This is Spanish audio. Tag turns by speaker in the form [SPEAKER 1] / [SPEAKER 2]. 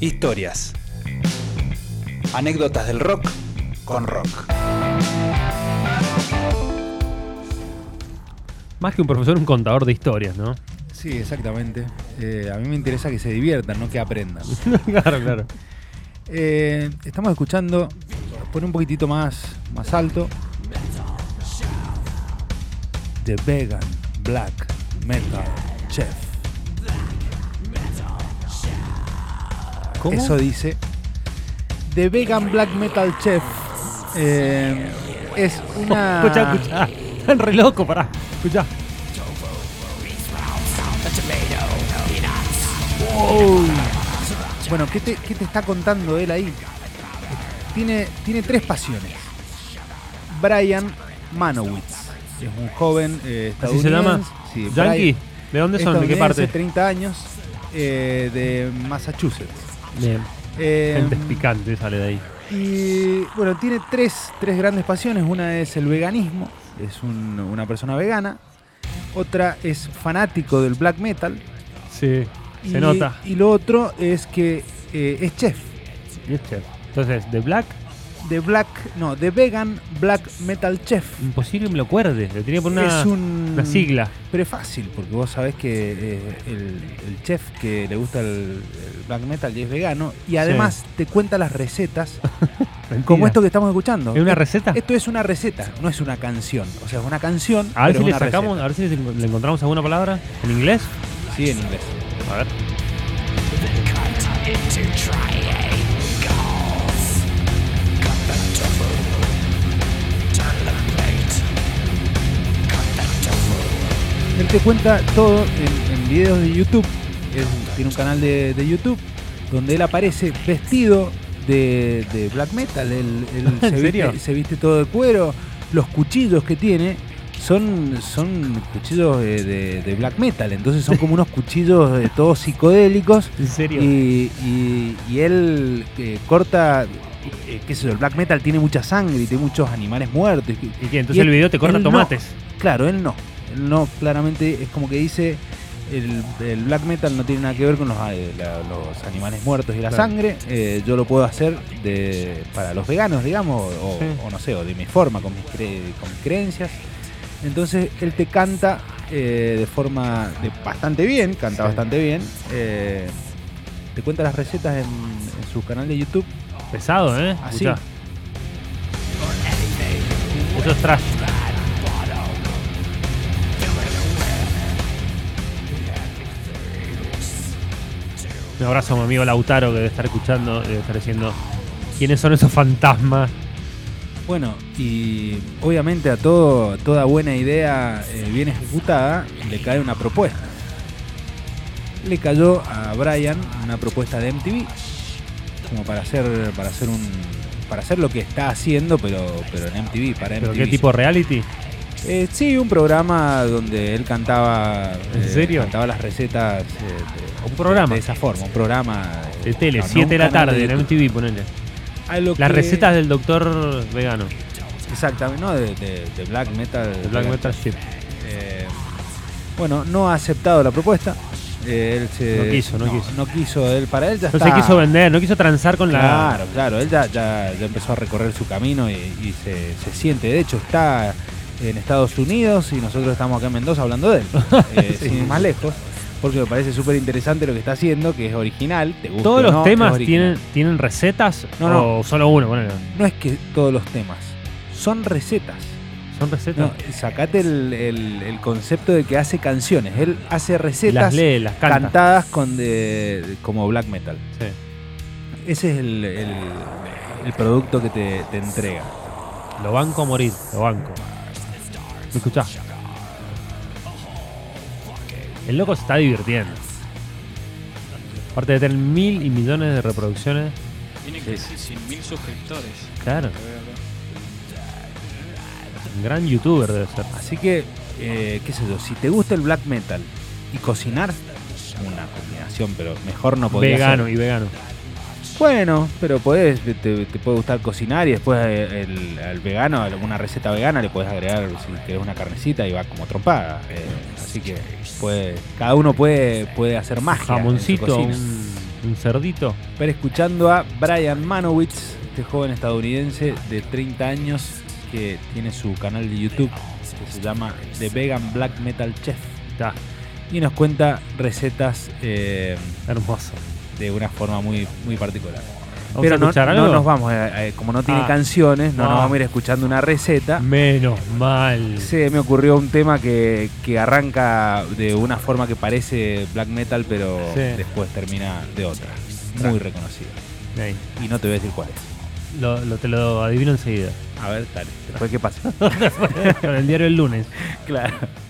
[SPEAKER 1] Historias. Anécdotas del rock con rock.
[SPEAKER 2] Más que un profesor, un contador de historias, ¿no?
[SPEAKER 3] Sí, exactamente. Eh, a mí me interesa que se diviertan, no que aprendan.
[SPEAKER 2] claro, claro.
[SPEAKER 3] Eh, estamos escuchando, pone un poquitito más, más alto. The Vegan Black Metal Chef.
[SPEAKER 2] ¿Cómo?
[SPEAKER 3] Eso dice. The Vegan Black Metal Chef eh, es una.
[SPEAKER 2] Escuchá, escuchá. Están re loco, pará. Escuchá.
[SPEAKER 3] Bueno, ¿qué te, qué te está contando él ahí? Tiene, tiene tres pasiones. Brian Manowitz. Es un joven eh,
[SPEAKER 2] ¿Así se llama?
[SPEAKER 3] estadounidense. Sí,
[SPEAKER 2] ¿Yankee?
[SPEAKER 3] Brian-
[SPEAKER 2] ¿De dónde son? ¿De qué
[SPEAKER 3] estadounidense,
[SPEAKER 2] parte?
[SPEAKER 3] 30 años, eh, de Massachusetts.
[SPEAKER 2] Bien.
[SPEAKER 3] Eh,
[SPEAKER 2] Gente picante sale de ahí.
[SPEAKER 3] y bueno, tiene tres, tres grandes pasiones. Una es el veganismo, es un- una persona vegana. Otra es fanático del black metal.
[SPEAKER 2] Sí. Se
[SPEAKER 3] y,
[SPEAKER 2] nota.
[SPEAKER 3] Y lo otro es que eh, es chef.
[SPEAKER 2] Bien, chef. Entonces, The Black,
[SPEAKER 3] The Black, no, The Vegan Black Metal Chef.
[SPEAKER 2] imposible que me lo acuerde. Le tenía por una,
[SPEAKER 3] es un,
[SPEAKER 2] una sigla.
[SPEAKER 3] Pero es fácil, porque vos sabés que eh, el, el chef que le gusta el, el black metal y es vegano, y además te cuenta las recetas, como
[SPEAKER 2] Mentira.
[SPEAKER 3] esto que estamos escuchando.
[SPEAKER 2] ¿Es una receta?
[SPEAKER 3] Esto es una receta, no es una canción. O sea, es una canción.
[SPEAKER 2] A ver
[SPEAKER 3] pero
[SPEAKER 2] si
[SPEAKER 3] es
[SPEAKER 2] le
[SPEAKER 3] una
[SPEAKER 2] sacamos, a ver si le le encontramos alguna palabra en inglés.
[SPEAKER 3] receta. Sí, en inglés.
[SPEAKER 2] A ver.
[SPEAKER 3] Él te cuenta todo en, en videos de YouTube. Él tiene un canal de, de YouTube donde él aparece vestido de, de black metal. Él, él
[SPEAKER 2] ¿En
[SPEAKER 3] se,
[SPEAKER 2] serio?
[SPEAKER 3] Viste, se viste todo de cuero. Los cuchillos que tiene son, son cuchillos eh, de, de black metal. Entonces son como unos cuchillos eh, todos psicodélicos.
[SPEAKER 2] En serio.
[SPEAKER 3] Y, y- y él eh, corta, eh, qué sé yo, el black metal tiene mucha sangre y tiene muchos animales muertos. y-
[SPEAKER 2] ¿Y qué? Entonces
[SPEAKER 3] y
[SPEAKER 2] el video te corta
[SPEAKER 3] él no.
[SPEAKER 2] tomates.
[SPEAKER 3] Claro, él no. Él no, claramente es como que dice, el, el black metal no tiene nada que ver con los, eh, la- los animales muertos y la
[SPEAKER 2] Claro.
[SPEAKER 3] sangre. eh, yo lo puedo hacer de, para los veganos, digamos, o,
[SPEAKER 2] Sí.
[SPEAKER 3] o no sé, o de mi forma, con mis, cre- con mis creencias. Entonces él te canta eh, de forma de- bastante bien, canta
[SPEAKER 2] Sí.
[SPEAKER 3] bastante bien. eh, te cuenta las recetas en, en su canal de YouTube.
[SPEAKER 2] Pesado, ¿eh?
[SPEAKER 3] Así.
[SPEAKER 2] Escuchá. Eso es trash. Un abrazo a mi amigo Lautaro que debe estar escuchando, debe estar diciendo quiénes son esos fantasmas.
[SPEAKER 3] Bueno, y obviamente a todo, toda buena idea eh, bien ejecutada le cae una propuesta. Le cayó a Brian una propuesta de MTV como para hacer para hacer un para hacer lo que está haciendo, pero pero en MTV para
[SPEAKER 2] ¿Pero
[SPEAKER 3] MTV.
[SPEAKER 2] qué tipo de reality?
[SPEAKER 3] Eh, sí, un programa donde él cantaba eh,
[SPEAKER 2] ¿En serio?
[SPEAKER 3] cantaba las recetas eh, de-
[SPEAKER 2] Un programa.
[SPEAKER 3] de esa forma, un programa
[SPEAKER 2] De tele,
[SPEAKER 3] no, no
[SPEAKER 2] 7 de
[SPEAKER 3] un
[SPEAKER 2] la
[SPEAKER 3] canal
[SPEAKER 2] tarde, en
[SPEAKER 3] YouTube.
[SPEAKER 2] MTV, ponele.
[SPEAKER 3] A lo
[SPEAKER 2] Las
[SPEAKER 3] que-
[SPEAKER 2] recetas del doctor vegano,
[SPEAKER 3] exactamente, no de, de- de black metal,
[SPEAKER 2] de Black Metal Ship.
[SPEAKER 3] Eh, bueno, no ha aceptado la propuesta. Eh, él se-
[SPEAKER 2] No quiso, no quiso.
[SPEAKER 3] no quiso, él, para él ya
[SPEAKER 2] No se
[SPEAKER 3] está.
[SPEAKER 2] quiso vender, no quiso transar con la...
[SPEAKER 3] Claro, claro, él ya, ya- ya empezó a recorrer su camino y, y se, se siente. De hecho, está en Estados Unidos y nosotros estamos acá en Mendoza hablando de él. Eh,
[SPEAKER 2] Sí.
[SPEAKER 3] Sin ir más lejos. Porque me parece súper interesante lo que está haciendo, que es original. te guste
[SPEAKER 2] ¿Todos
[SPEAKER 3] o
[SPEAKER 2] los
[SPEAKER 3] no, es
[SPEAKER 2] temas
[SPEAKER 3] original.
[SPEAKER 2] tienen, tienen recetas
[SPEAKER 3] No, no.
[SPEAKER 2] o solo uno? ponele?
[SPEAKER 3] No es que todos los temas, son recetas.
[SPEAKER 2] ¿Son recetas?
[SPEAKER 3] No, sacate el, el- el concepto de que hace canciones. Él hace
[SPEAKER 2] Y las
[SPEAKER 3] recetas
[SPEAKER 2] lee, las canta.
[SPEAKER 3] cantadas con de, como black metal.
[SPEAKER 2] Sí.
[SPEAKER 3] Ese es el, el- el producto que te, te entrega.
[SPEAKER 2] Lo banco a morir, lo banco. ¿Me escuchás? El loco se está divirtiendo. Aparte de tener mil y millones de reproducciones.
[SPEAKER 4] Tiene que decir 100.000 suscriptores.
[SPEAKER 2] Claro, un gran youtuber debe ser.
[SPEAKER 3] Así que, eh, qué sé yo, si te gusta el black metal y cocinar, una combinación, pero mejor no podía
[SPEAKER 2] Vegano
[SPEAKER 3] ser.
[SPEAKER 2] y vegano.
[SPEAKER 3] Bueno, pero podés, te, te puede gustar cocinar y después eh, el- al vegano, alguna receta vegana le podés agregar si querés una carnecita y va como trompada. eh, así que puede, cada uno puede, puede hacer magia. en su
[SPEAKER 2] Jamoncito,
[SPEAKER 3] cocina.
[SPEAKER 2] un un cerdito.
[SPEAKER 3] Pero escuchando a Brian Manowitz, este joven estadounidense de 30 años que tiene su canal de YouTube que se llama The Vegan Black Metal Chef
[SPEAKER 2] Está
[SPEAKER 3] y nos cuenta recetas eh,
[SPEAKER 2] hermoso.
[SPEAKER 3] de una forma muy, muy particular.
[SPEAKER 2] ¿Vamos
[SPEAKER 3] Pero
[SPEAKER 2] a
[SPEAKER 3] no,
[SPEAKER 2] escuchar
[SPEAKER 3] no
[SPEAKER 2] algo?
[SPEAKER 3] nos vamos, eh, eh, como no tiene
[SPEAKER 2] Ah.
[SPEAKER 3] canciones, no,
[SPEAKER 2] Ah.
[SPEAKER 3] nos vamos a ir escuchando una receta.
[SPEAKER 2] Menos mal.
[SPEAKER 3] Se me ocurrió un tema que, que arranca de una forma que parece black metal, pero
[SPEAKER 2] Sí.
[SPEAKER 3] después termina de otra. Muy reconocida.
[SPEAKER 2] Ahí.
[SPEAKER 3] Y no te voy a decir cuál es.
[SPEAKER 2] Lo, lo- te lo adivino enseguida.
[SPEAKER 3] A ver, dale. Después qué pasa.
[SPEAKER 2] Con el diario el lunes.
[SPEAKER 3] claro.